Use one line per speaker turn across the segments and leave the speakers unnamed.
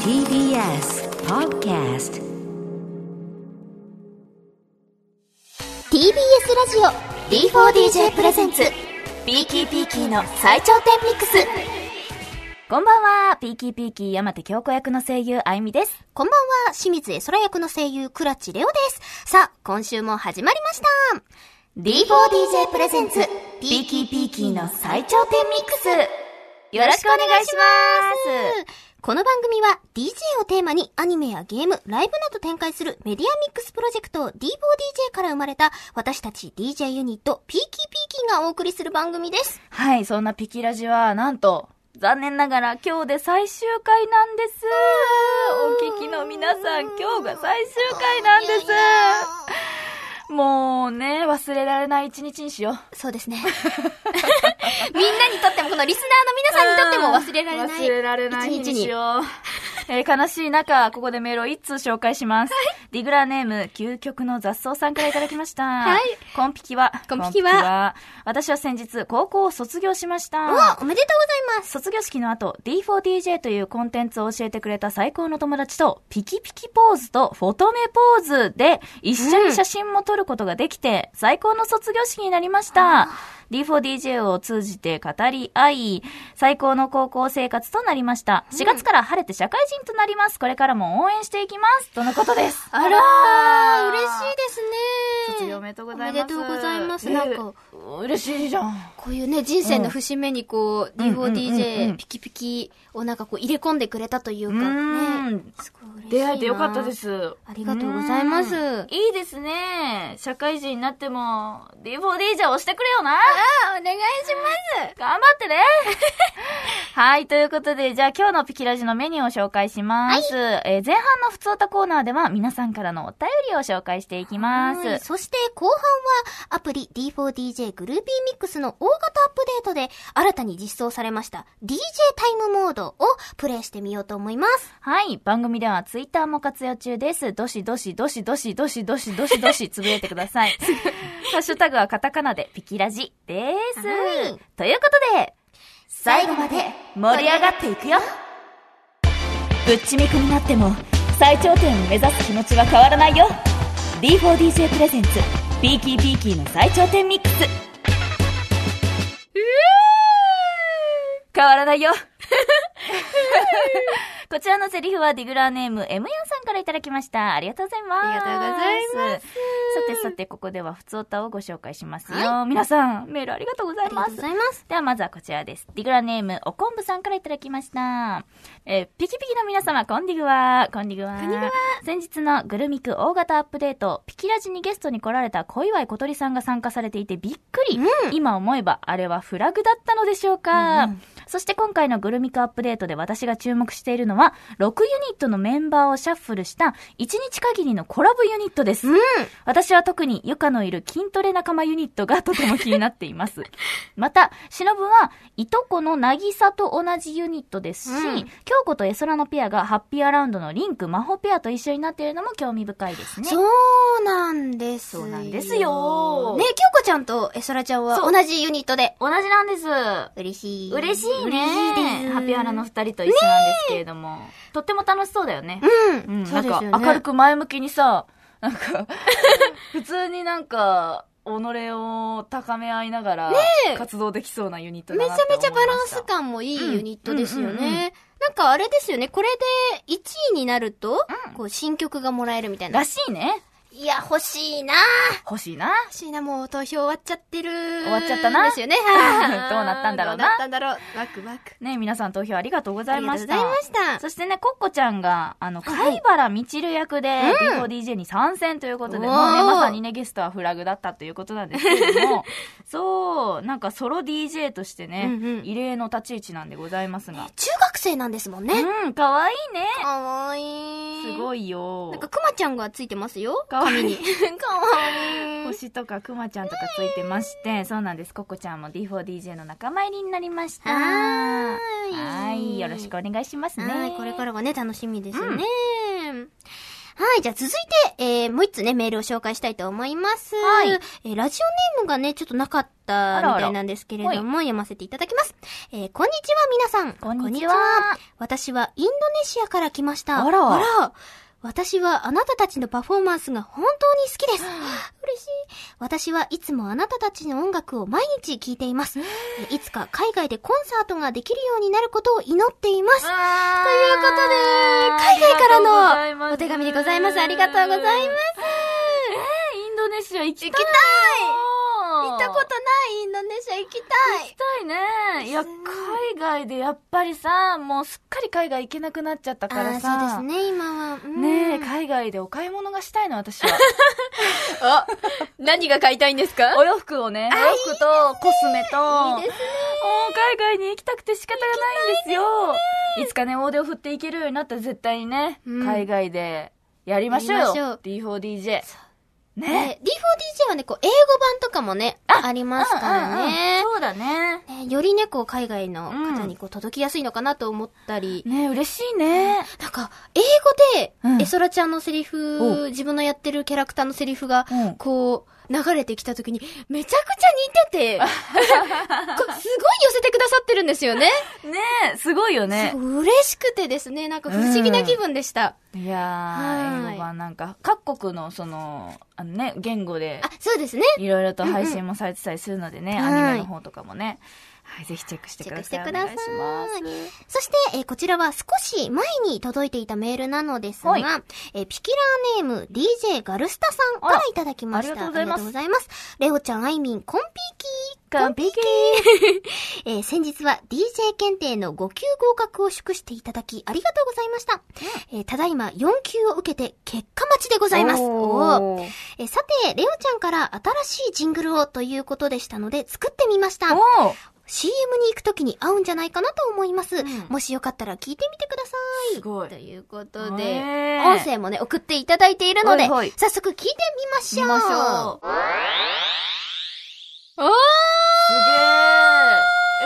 TBS Podcast
TBS ラジオ D4DJ プレゼンツピーキーピーキーの最頂点ミックス
こんばんはピーキーピーキー山手京子役の声優あゆみです
こんばんは清水絵空役の声優倉地レオですさあ今週も始まりました D4DJ プレゼンツ
ピーキーピーキーの最頂点ミックスよろしくお願いします
この番組は DJ をテーマにアニメやゲーム、ライブなど展開するメディアミックスプロジェクト D4DJ から生まれた私たち DJ ユニットピーキーピーキーがお送りする番組です。
はいそんなピキラジはなんと残念ながら今日で最終回なんですお聞きの皆さん今日が最終回なんです
いやい
もうね忘れられない一日にしよう
やそうですね。みん なにとっても、このリスナーの皆さんにとっても忘れられない。
忘れられない日に
一日
し
に。
よう。 えー悲しい中、ここでメールを一通紹介します。ディグラーネーム、究極の雑草さんからいただきました。
はい
コンピキは、
コンピキは
私は先日、高校を卒業しまし
うわ
た。
おめでとうございます。
卒業式の後、D4DJ というコンテンツを教えてくれた最高の友達と、ピキピキポーズとフォトメポーズで、一緒に写真も撮ることができて、最高の卒業式になりました。D4DJ を通じて語り合い、最高の高校生活となりました。4月から晴れて社会人となります。これからも応援していきます。とのことです。
あらー、嬉しいですね。
卒業おめでとうございます。
おめでとうございます。なんか、
えー、嬉しいじゃん。
こういうね、人生の節目にこう、
うんうんうんうんう
D4DJ
ん
ピキピキをなんかこう入れ込んでくれたという
う
か、ね。
ーん。
すごい嬉しい
出
な。。
会えてよかったですす。
ありがとうございます
うんいいですね。社会人になっても、D4D じゃ押してくれよな。
お願いします。
頑張ってね。 はい、ということで、じゃあ今日のピキラジのメニューを紹介します。えー前半の普通歌コーナーでは皆さんからのお便りを紹介していきま
はい
す。
そして後半はアプリ D4DJ グルーピーミックスの大型アップデートで新たに実装されました DJ タイムモードをプレイしてみようと思います。
はい、番組ではツイッターも活用中です。どしどしどしどしどしどしどしどしつぶやいてくだ さい。ハッシュタグはカタカナでピキラジです。
はい
ということで、
最後まで
盛り上がっていくよぶっちみくになっても最頂点を目指す気持ちは変わらないよ D4DJ プレゼンツピーキーピーキーの最頂点ミックス変わらないよ こちらのセリフはディグラーネーム M4 さんからいただきました。ありがとうございます。。
ありがとうございます
さてさて、ここでは普通歌をご紹介しますよ。皆さん、メールありがとうござ
あ
い
りが
ま
とう
す
ご。ざいます。
ではまずはこちらです。ディグラネーム、おこんぶさんからいただきました。えーピキピキの皆様、こんディグワー。こんディグワー。先日のグルミク大型アップデート、ピキラジにゲストに来られた小岩井小鳥さんが参加されていてびっくり。今思えば、あれはフラグだったのでしょうか。そして今回のグルミクアップデートで私が注目しているのは、6ユニットのメンバーをシャッフルした1日限りのコラボユニットです。私は特にユカのいる筋トレ仲間ユニットがとても気になってい ます。また、しのぶは、いとこのなぎさと同じユニットですし、
うん
京子とエソラのペアがハッピーアラウンドのリンク、マホペアと一緒になっているのも興味深いですね。
そうなんですよ。
そうなんですよ
ね、京子ちゃんとエソラちゃんは
そう
同じユニットで。
同じなんです。
嬉しい。
嬉しいね。
嬉しいです。
ハッピーアラの二人と一緒なんですけれども、とっても楽しそうだよね。
う。
うんん、
そうですよね。
なんか明るく前向きにさ、なんか、 普通になんか、己を高め合いながら、
え
活動できそうなユニット
め
だ
ち
なって思い
ゃめ
まし
ち
た
ゃバランス感もいいユニットですよ
うんうんうんうん
ね。なんかあれですよね、これで1位になると、こう新曲がもらえるみたいな。
らしいね。
いや、欲しいな
欲しいな。
欲しいな、もう投票終わっちゃってる。終
わっちゃったな
ですよね。はい
どうなったんだろうな
どうなったんだろう。ワクワク。
ね、皆さん投票ありがとうござ
あ
い
りが
ま
とう
し
ござい
た
ま。した。
そしてね、コッコちゃんが、あの、
は
貝
い
原みちる役で、
うん
D4DJ に参戦ということで、
おー
もうね、まさにね、ゲストはフラグだったということなんですけれ ども、そう、なんかソロ DJ としてね、
うんうん
異例の立ち位置なんでございますが。
中学生なんですもんね。
うん、かわいいね。
かわい
す
い。
ご
い。
いよ
なん。か、くまちゃんがついてますよ。
かわいい
髪に。かわいい。
星とかくまちゃんとかついてまして、そうなんです。ココちゃんも D4DJ の仲間入りになりました。
はーい
はーいよろしくお願いしますね。
はい、これからがね、楽しみですね。はい、じゃあ続いて、えー、もう一つね、メールを紹介したいと思います。
はい
えー、ラジオネームがね、ちょっとなかった
あらあら
みたいなんですけれども、読ませていただきます。えー、こんにちは、皆さん。
こんにち
こ
は。
私はインドネシアから来ました。
あら
私はあなたたちのパフォーマンスが本当に好きです。嬉しい。私はいつもあなたたちの音楽を毎日聴いています。えいつか海外でコンサートができるようになることを祈っています。
と
ということで、海外からのお手紙でございます。ありがとうございます。
インドネシア行きたい
行きたい行
行
ったことないインドネシア行きた
行き
い
たいねいや
す
海
ご
外でやっぱりさもうすっかり海外行けなくなっちゃったから
あ
さ
ーそうですね、今は。うん
ねえ海外でお買い物がしたいの私は
あ、何が買いたいんですか
お洋服をねお洋服とコスメと
いいですね。
もう海外に行きたくて仕方がないんですよ。いつかね、大手を振っていけるようになったら絶対にね、
うん
海外でやりましょう
や
よ
りま。
D4DJ。ね。
ね D4DJ はね、こう、英語版とかもね、ありますか
うんう
らね。
んうんそうだね。
ねよりね、こう、海外の方にこう、届きやすいのかなと思ったり。
ね嬉しいね。
なんか、英
う
語
ん
で、エソラちゃんのセリ
お
フ、自分のやってるキャラクターのセリフが
うん、
こう、流れてきた時に、めちゃくちゃ似 てて、こうすごい寄せてくださってるんですよね。
ねえ、すごいよね
す。ごい嬉しくてですね、なんか不思議な気分でした。
いや
は
ー、英
い
語版なんか、各国のその、あのね、言語で
あ、、そうですね。
いろいろと配信もされてたりするのでね、
うん
アニメの方とかもね。はい、ぜひチェックしてください。
チェックしてください
お願いします。
そして、えーこちらは少し前に届いていたメールなのです
はい
が、えーピキラーネーム DJ ガルスタさんからいただきまし
あ
た。
らありがとうございます
ありがとうございます。レオちゃん、アイミン、コンピーキー。
完璧
えー先日は DJ 検定の5級合格を祝していただき、ありがとうございました。えーただいま4級を受けて結果待ちでございます。おー
おー
えーさて、レオちゃんから新しいジングルをということでしたので作ってみました。
おー
CM に行くときに合うんじゃないかなと思います。
ん
もしよかったら聞いてみてください。
すごい
ということ
ね
で、
え
音声もね、送っていただいているので、
はいはい
早速聞いてみましょう。
見ましょう。
おー
すげえ。え、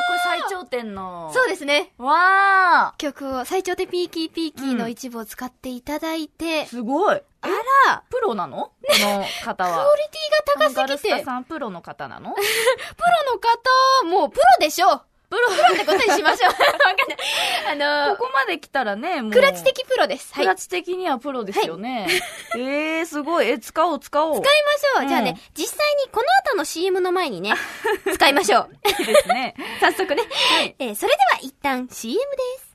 これ最頂点の。
そう
で
ですね。
す。わ
曲を、最長でピーキーピーキーの一部を使っていただいて、
ー。すごい。
あら、
プロなのこの方
ク
は。
オリティが
ガ
高
ル
す
ス
ぎ
タ
て、
さんプロの方なの
プロの方、もうプロでしょうプロプロってことにしま しょう。わかんない。あの
ここまで来たらね、もう。
クラッチ。的プロです。はい。
ク
使
ラ
い
ッチ的にはプロですよね。えー、すごい。え、使おう、使おう。使
ましょ
う
う。
ん
じゃあね、
実際にこの後の CM の前 にね、使いましょう。
いですね。
早速ね。
はい。
えーそれでは一旦 CM です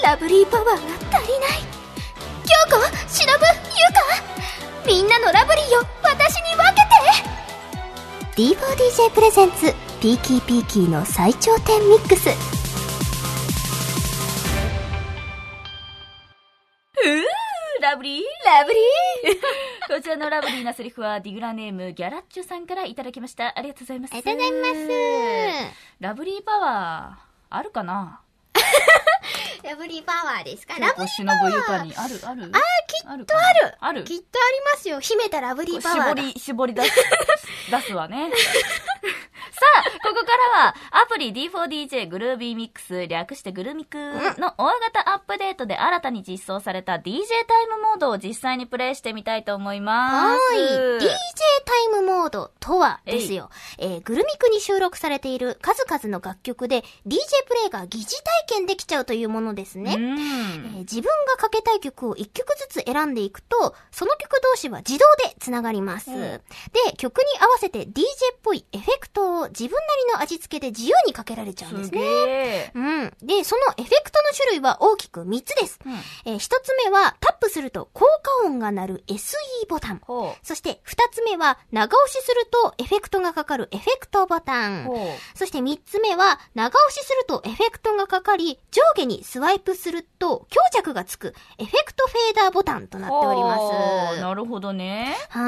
くラブリーパワーが足りない京子しのぶゆうかみんなのラブリーを私に分けて D4DJ プレゼンツピーキーピーキーの最頂点ミックス
ラブリー
ラブリー
こちらのラブリーなセリフは、ディグラネーム、ギャラッチュさんからいただきました。ありがとうございます。
ありがとうござい
す。
ま
ラブリーパワー、あるかな
す ラブリーパワーですか
京
ラブ
子忍ゆかにあるあるあきっとあるある
きっとありますよ秘めたラブリーパワー
絞
が
り絞り出す 出すわねさあ、ここからは、アプリ D4DJ グルービーミックス、略してグルミクの大型アップデートで新たに実装された DJ タイムモードを実際にプレイしてみたいと思い
は
ま
ーい。DJ
す。
タイムモードとはですよ。えーグルミクに収録されている数々の楽曲で DJ プレイが疑似体験できちゃうというものですね。
うん
えー自分がかけたい曲を1曲ずつ選んでいくと、その曲同士は自動で繋がります。
うん
で、曲に合わせて DJ っぽいエフェクトを自分なりの味付けで自由にかけられちゃうんですす
げえ。
ね。うん。で、そのエフェクトの種類は大きく3つです。
うん
えー、1つ目はタップすると効果音が鳴る SE ボタン。
ほ
そして、二つ目は、長押しするとエフェクトがかかるエフェクトボタ
う。
ン。
ほ
そして三つ目は、長押しするとエフェクトがかかり、上下にスワイプすると強弱がつくエフェクトフェーダーボタンと
う。
なっておりま
ほう
す。
なるほどね。
は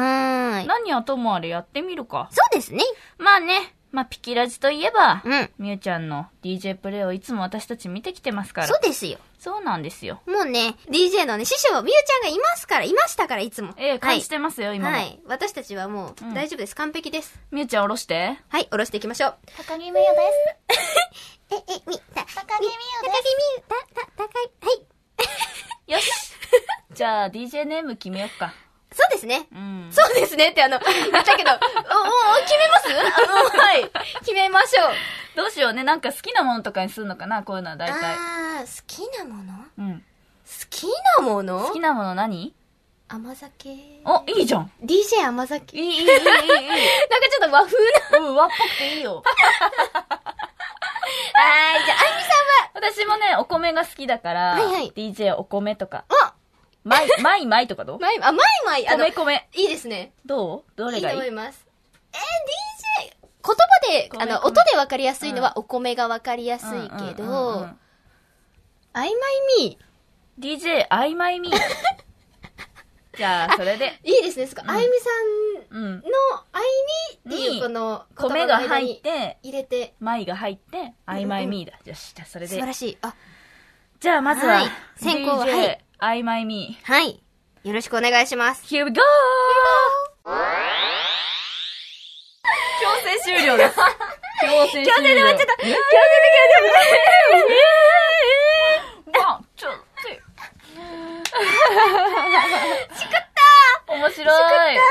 ーい。
何はともあれやってみるか。
そうですね。
まあね、まあピキラジといえば、
うん。
みゆちゃんの DJ プレイをいつも私たち見てきてますから。
そうですよ。
そうなんですよ。
もうね、DJ のね、師匠、みゆちゃんがいますから、いましたから、いつも。
ええ
は
感
い
じ。てますよ、今も。
はい。私たちはも
うん
う、大丈夫です。完璧です。
みゆちゃん下ろして。
はい、下ろしていきましょう。
高木みゆです。
え、え、み、た、高木美優です。高木美優、た、た、高い、はい。
じゃあ、DJ ネーム決めよっか。
そうですね。
うん。
そうですねってあの、言った けど、おお決めますあのはい。決めましょう。
どうしようね。なんか好きなものとかにするのかなこういうのは大体。
あー、好きなもの好
うん。
きなもの
好きなもの何
甘酒。
お、いいじゃん。
DJ 甘
い
酒。
い、いい、いい、いい。
なんかちょっと和風な。
うん、和っぽくていいよ。
はい、じゃあ、あいみさんは
私もね、お米が好きだから、
はいはい
DJ お米とか。
あ
マイ、マイマイとかどう
まい
あ、まいまい、あの、
米
い
米。
いですね。
どうど
い
れ
いと
がいい
思います。
言
ご
葉
めん
で、あの、
ごめん
音でわかりやすいのは、お米がわかりやすいけ
うんうんうんう
ど
ん、
あいまいみ
DJ あいま いみ。じゃあ、それで。
いいですね。そっか
ん
あいみさ
うん
ん。のあいみってい
に
うこの言葉
米
の
が
間
入っ
に
て、
入れて。
マイが入って、あいまいみだ。よし、じゃあそれ
素晴
で。
らしい。あ、
じゃあまずは
はい、先行は
DJ
い
あいまいみ。
はい。よろしくお願いします。
Here we go! 強制終了です。 強制終了。強制で終わっちゃった。強制で終わっちゃった。ワン、ツー、スリー。チクった面白い。
あ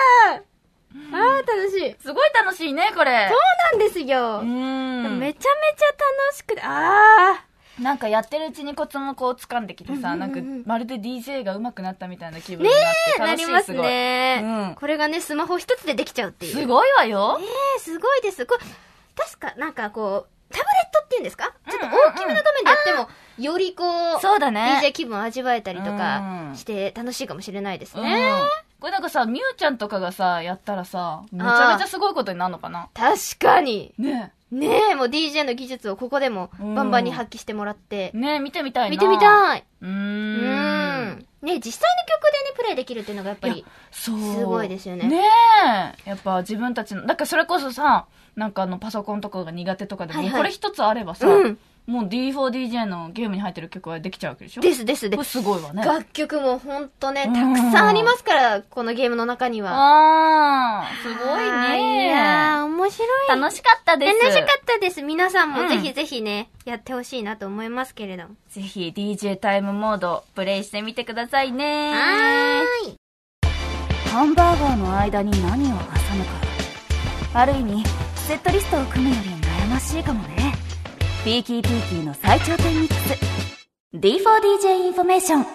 あ、楽しい。
すごい楽しいね、これ。
そうなんですよ
う。ん。
めちゃめちゃ楽しくて、ああ。
なんかやってるうちにコツもこう掴んできてさ、
うんうん
な
うんん
か
うん
まるで DJ が上手くなったみたいな気分になって
な
楽し
り
い、
ますす
ごい。うん
ね。これがね、スマホ一つでできちゃうっていう。
すごいわよ。
ええすごいです。これ、確か、なんかこう、タブレットっていうんですかちょっと
うんうんうん
大きめの画面でやっても、よりこう、
そうだね。
DJ 気分を味わえたりと
う
か
ん
して楽しいかもしれないです
うん
ね。
これなんかさ、みゆちゃんとかがさ、やったらさ、めちゃめちゃすごいことになるのかな。
確かに。
ね
ねえ、もう DJ の技術をここでも
うん
バンバンに発揮してもらって
え。、ねえ、見てみたいな。
見てみ
い。
たい。
う
う
ーん。
ん。ねえ実際の曲でね、プレイできるっていうのがやっぱ
い
り、
そう。
すごいですよね
ねえ。やっぱ自分たちの、だからそれこそさ、なんかあのパソコンとかが苦手とかでも、
はいはい
これ一つあればさ、
うん。
もう D4DJ のゲームに入ってる曲はできちゃうわけでしょ
ですですで
これ。すごいわね。
楽曲もほんとね、
うん
たくさんありますから、このゲームの中には。
あー、すごい
い
ね。
やー、面白い。
楽しかったです。
楽しかったです。皆さん
うん
もぜひぜひね、やってほしいなと思いますけれども。
ぜひ DJ タイムモードプレイしてみてくださいね。
い。
ハンバーガーの間に何を挟むか。ある意味、セットリストを組むより悩ましいかもね。ピーキーピーキーの最頂点ミックス。D4DJ インフォメーション。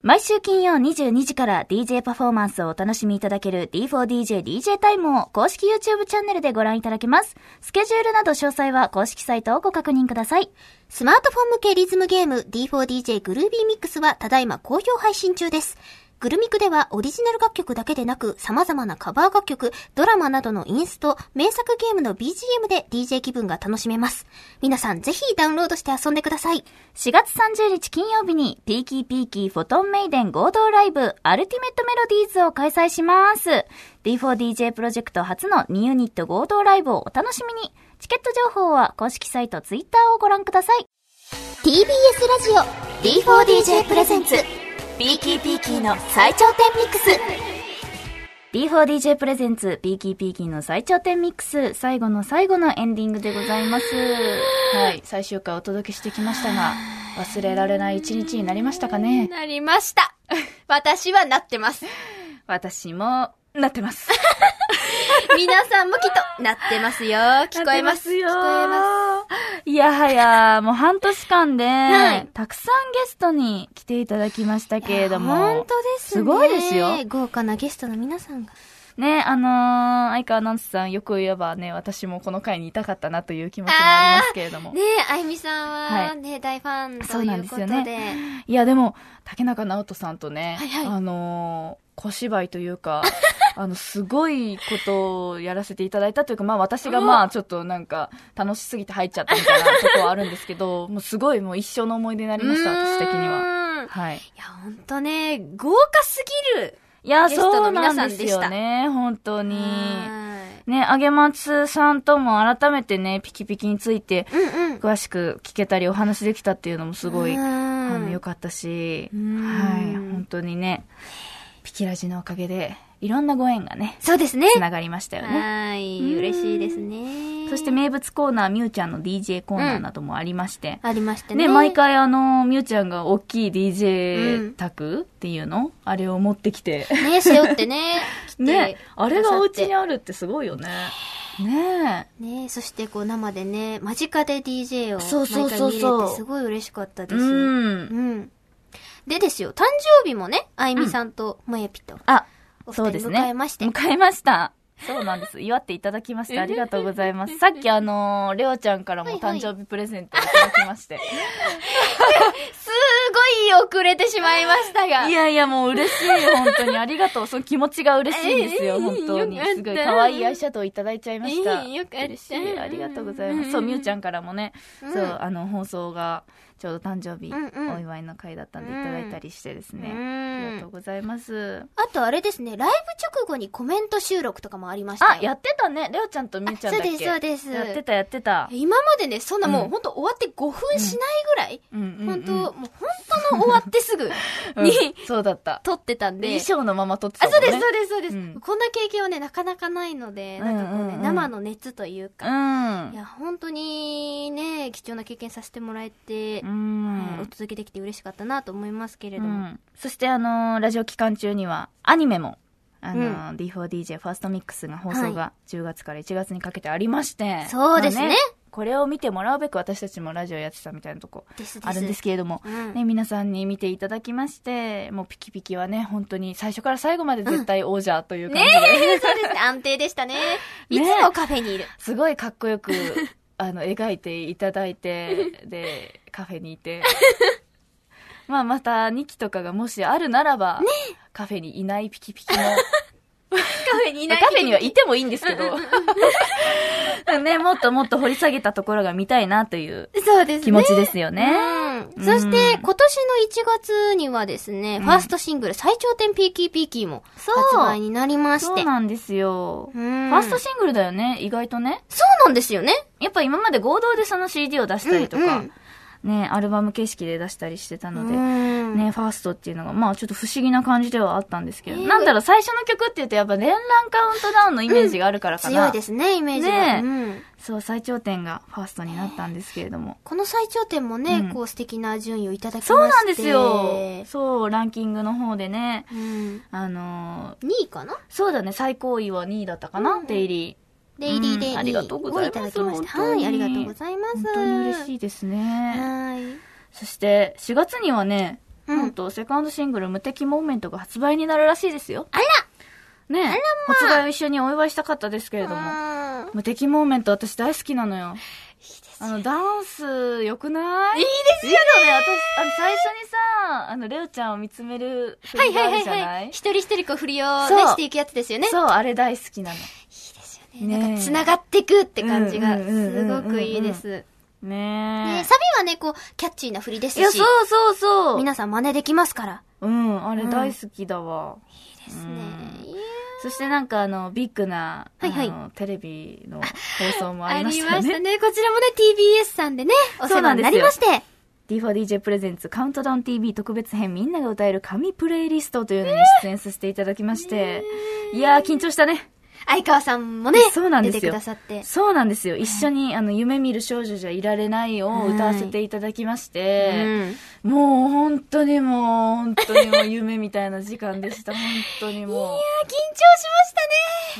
毎週金曜22時から DJ パフォーマンスをお楽しみいただける D4DJDJ タイムを公式 YouTube チャンネルでご覧いただけます。スケジュールなど詳細は公式サイトをご確認ください。
スマートフォン向けリズムゲーム D4DJ グルービーミックスはただいま好評配信中です。グルミクではオリジナル楽曲だけでなく様々なカバー楽曲、ドラマなどのインスト、名作ゲームの BGM で DJ 気分が楽しめます。皆さんぜひダウンロードして遊んでください。
4月30日金曜日に、ピーキーピーキーフォトンメイデン合同ライブ、アルティメットメロディーズを開催します。D4DJ プロジェクト初の2ユニット合同ライブをお楽しみに。チケット情報は公式サイトツイッターをご覧ください。
TBS ラジオ D4DJ プレゼンツ
ピーキーピーキーの
最頂点ミックス
D4DJ プレゼンツ、ピーキーピーキーの最頂点ミックス、最後の最後のエンディングでございます。はい、最終回お届けしてきましたが、忘れられない一日になりましたかね。
なりました。 私はなってます。
私も、なってます。
皆さんもきっとなってます よ。 聞こえます。
よ
聞こえます。
いやはや、もう半年間で、
はい
たくさんゲストに来ていただきましたけれど
本
も、
当です
す
ね。
ごいですよ
豪華なゲストの皆さんが。
ね、あのー、相川なんつさん、よく言えばね、私もこの回にいたかったなという気持ちもありますけれども
ね。え、あゆみさん
は
はね、大ファン
そ
と
うなん
い
で
うこ
す
と
よ
で。
ねいや、でも、竹中直人さんとね、
はいはい
あのー、小芝居とい うか、あの、すごいことをやらせていただいたというか、まあ私がまあちょっとなんか、楽しすぎて入っちゃったみたいなとこはあるんですけ ど、もうすごいもう一生の思い出になりました、私的には。
は。
はい。
いや、ほんとね、豪華すぎる。
いや、
ゲスト
そう
の
な
皆
ん
さ
で
ん
す
でした
よね、本当に。
はい
ね、あげまつさんとも改めてね、ピキピキについて、
うんうん。
詳しく聞けたりお話できたっていうのもすごい、
う
あ
ん
の、良かったし、
うん
はい、本当にね、ピキラジのおかげで、いろんなご縁がね、
そうですね。
つながりましたよ
は
ね。
ー
う
い。
ん
嬉しいですね。
そして、名物コーナー、みゆちゃんの DJ コーナーなどもありまして、
ありましたね。
ね、毎。回あの、みゆちゃんが大きい DJ 卓っていうの、あれを持ってき て。
ね、背負ってね。来 て
ね、あれがお家
く
に
ださ
あるってすごいよね。ね
ってね、そしてこう生でね、間近で DJ を
そうそう
毎
そう
回見れ
そう
てすごい嬉しかった
え。
です。
うん。
うん。でですよ、誕生日もね、あいみさんとまゆぴと
あ、
お
そう
二
で
人
す
迎
ね。
えまして。
迎えま した。そうなんです。祝っていただきましてありがとうございます。さっきあのー、レオちゃんからも
はいは
誕
い
生日プレゼントをいただきまして。
すごい遅れてしまいましたが。
いやいや、もう嬉しい。本当にありがとう。その気持ちが嬉しいんです
え
よ。
え
本当に。
よかった
すごい可愛いアイシャドウいただいちゃいました。
ええよかった
嬉しい。ありがとうございま
う
す。
ん
そう、みゆちゃんからもね、
うん
そう、あの、放送がちょうど誕生日、
うんうん
お祝いの会だったんでいただいたりしてです
う。
ね。ありがとうんございます。
あとあれですね、ライブ直後にコメント収録とかもありましたよ。
あ、やってたね。レオちゃんとみゆちゃんだっけ
そうです、そう
やって
です。
た、やってた。
今までね、そんなも
う
うん本当終わって5分しないぐらい、
うんうんうん
本当、もう本当の終わってすぐ
うん
に
そうだった。
撮ってたんで。
衣装のまま撮ってた
あ、
もんね。
そうです、そうです、そうです、
うん
こんな経験はね、なかなかないので、なんかこうね、
うんうんうん
生の熱というか、い
で
や、本当にね、貴重な経験させてもらえて、
うん。うん
はいお届けできて嬉しかったなと思いますけれど
う
も。
ん、そしてあのーラジオ期間中にはアニメもあのー D4DJ ファーストミックスが放送が
は
10月から1月にかけてありまして、
そうですね
まあこれを見てもらうべく私たちもラジオやってたみたいなとこ
ですです。
あるんですけれども、
うん
ね、皆さんに見ていただきましてもうピキピキはね本当に最初から最後まで絶対王者という感じで、
そうですね、安定でした ね。
ね
いつもカフェにいる。
すごいかっこよく あの描いていただい てでカフェにいてまあまた2期とかがもしあるならば、カフェにいないピキピキ も。
カフェにいない。
カフェにはいてもいいんですけど。 ね、もっともっと掘り下げたところが見たいなという
そうですね。
気持ちですよね。
うん。そして、
うん
今年の1月にはですね、
ん
ファーストシングル、最頂点ピーキーピーキーも
そ
発売になりまし
そう
て。
なんですよ。
う
フ
ん
ァーストシングルだよね、意外とね。
そうなんですよね。
やっぱ今まで合同でその CD を出したりとか、
うん
ね、アルバム形式で出したりしてたので、
うん
ね、ファーストっていうのが、まあちょっと不思議な感じではあったんですけど、
えー
なんだろう、最初の曲って言うとやっぱ連弾カウントダウンのイメージがあるからかな。
強いですね、イメージが。
ねえ
うん
そう、最頂点がファーストになったんですけれども。
この最頂点もね、
うん
こう素敵な順位をいただきまして。
そうなんですよ。そう、ランキングの方でね、
うん。
あのー
2位かな
そうだね、最高位は2位だったかな、
うんうん
デイリ
デイリーで
う
2
んありがとうご
位を
ざいます
いただきました。
本当
は
に
い、ありがとうございま
ー。
す。
本当に嬉し
い。
いですね。
はい。
そして、4月にはね、
うん
なんと、セカンドシングル、無敵モーメントが発売になるらしいですよ。あらねえ、発売を一緒にお祝いしたかったですけれども。
うん
無敵モーメント私大好きなのよ。あの、ダンス、良くないいいですよね私、あの、最初にさ、あの、レオちゃんを見つめるセ
はい
リフ
は
あ
いは
る
い
じゃない、
はい。一人一人こう振りをね、
そう
していくやつですよね。
そう、あれ大好きなの。いいですよね。
なんか繋がってくって感じが、
うんうんうんう
す
んうん
ごくいいです。
ね
ね
え。
サビはね、こう、キャッチーな振りです
いや、
し
そう、そうそう。
皆さん真似できますから。
うん、あれ大好きだわ。
で
ね
すね。
そしてなんかあの、ビッグな、
はいはい
あの、テレビの放送もあ
あ
り
り
ま
まし
し
た
よ
た
ね。
ね。こちらもね、TBS さんでね、
お世話になりまして。
D4DJ プレゼンツカウントダウン TV 特別編みんなが歌える神プレイリストというのに出演させていただきまして、いやー緊張したね。
相川さんもね、
そうなんで
出
す
て
よ
くださって。
そうなんですよ。一緒に、あの、夢見る少女じゃいられないを歌わせていただきまして、
うん
もう本当にもう、本当にもう夢みたいな時間でした。本当にもう。
緊張しまし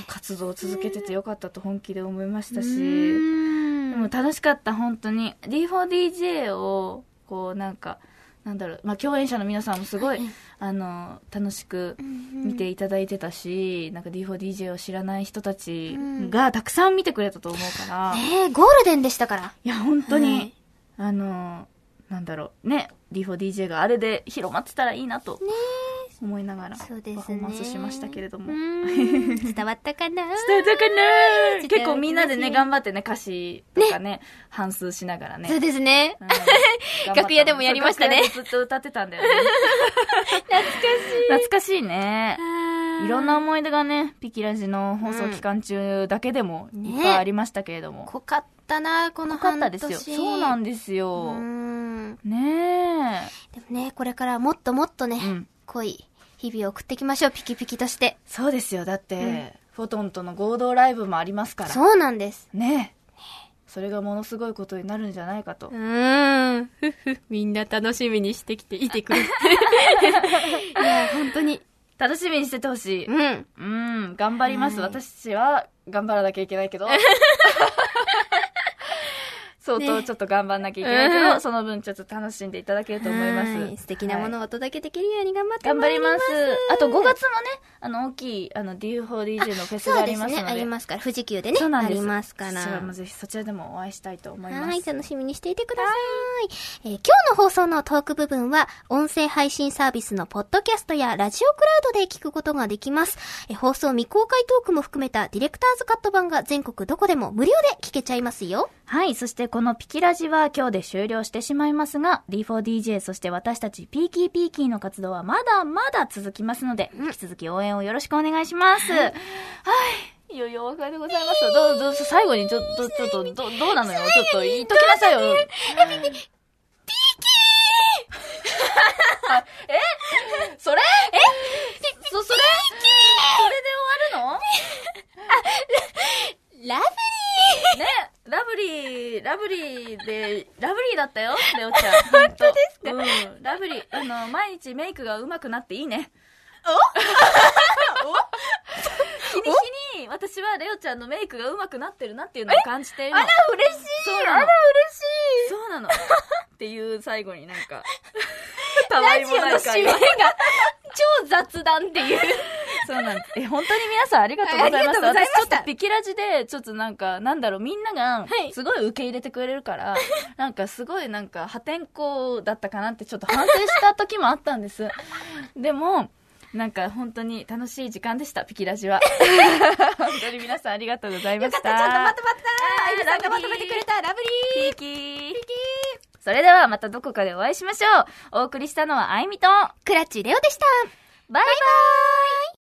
た
活動を続けててよかったと本気で思いました
ね。
し、でも楽しかった、本当に。D4DJ を、こうなんか、なんだろう、まあ、共演者の皆さんもすごい、あの、楽しく見ていただいてたし、なんか D4DJ を知らない人たちがたくさん見てくれたと思うから、い
ねえ、ゴールデンでしたから。
や、本当
は
に
い、
あの、なんだろう、ね、D4DJ があれで広まってたらいいなと、思いながら、パフ
そう
ォ
ですね
ーマンスしましたけれども。
うん伝わったかな
伝えたかな
伝えたくない
結構みんなでね、頑張ってね、歌詞とかね、反数しながらね。
そうですね。
うん
楽屋でもやりましたね
そう楽屋でずっと歌ってたんだよね。 懐かしい。懐かしいね。いろんな思い出がね、ピキラジの放送期間中だけでも
ん
いっぱいありましたけれども。
濃かったな、この
濃か
半
っ
年。
たですよ。そうなんですよ
う。ん
ねえ。
でもね、これからもっともっとね、
うん
濃い日々を送っていきましょう、ピキピキとして。
そうですよ。だって、フォトンとの合同ライブもありますから。
そうなんです。
ねえ。それがものすごいことになるんじゃないかと
う。ーん。ふふ、みんな楽しみにしてきていてくれて。いや、本当に。
楽しみにしててほしい。
うん。
うん、頑張ります。
はい
私は頑張らなきゃいけないけど。 相当
ね
ちょっと頑張んなきゃいけないけど、
うん
その分ちょっと楽しんでいただけると思いま
はーい
す。
素敵なもの
はい
をお届けできるように頑張って。
頑張りますす。あと5月もね、あの、大きい、あの、D4DJ のフェスが
そ
あ
う
り
です
ます
ね。
の
あ
で。
りますから。富士急でね。
そうなん
あ
です
りますから。
そちらもぜひそちらでもお会いしたいと思います。
はい、楽しみにしていてください。えー今日の放送のトーク部分は、音声配信サービスのポッドキャストやラジオクラウドで聞くことができます。えー放送未公開トークも含めたディレクターズカット版が全国どこでも無料で聞けちゃいますよ。
はい。そしてこのピキラジは今日で終了してしまいますが、D4DJ、そして私たちピーキーピーキーの活動はまだまだ続きますので、引き続き応援をよろしくお願いします。はい。い、よいよお別れでございます。どう、どう、最後にちょっと、ちょっと、どう、どうなのよ。ちょっと言いときなさいよ。ピー キーえそれえそ、それそれで終わるの
ラブ
ね、ラブリー、ラブリーで、ラブリーだったよ、レオちゃん。 本当ですかうん。ラブリー、あの、毎日メイクが上手くなっていいね。 お日に日に、私はレオちゃんのメイクが上手くなってるなっていうのを感じているの。あら、
嬉しい
そうなの。そうなの。っていう最後になん か、たわいもない会 話。
が超雑談っていう。
そうなんです。え、本当に皆さんありがとうございました。
ありがとうございました
私ちょっとピキラジで、ちょっとなんか、なんだろう、みんなが
はい、
すごい受け入れてくれるから、 なんかすごいなんか破天荒だったかなってちょっと反省した時もあったんです。でも、なんか本当に楽しい時間でした、ピキラジ は。本当に皆さんありがとうございま
よか
し。
ったた、ちゃんとまとまった。
はい
あゆみさんがまとめてくれた。ラブリー。
ピーキー。それではまたどこかでお会いしましょう。お送りしたのはあいみと、
クラッチレオでした。
バイバイ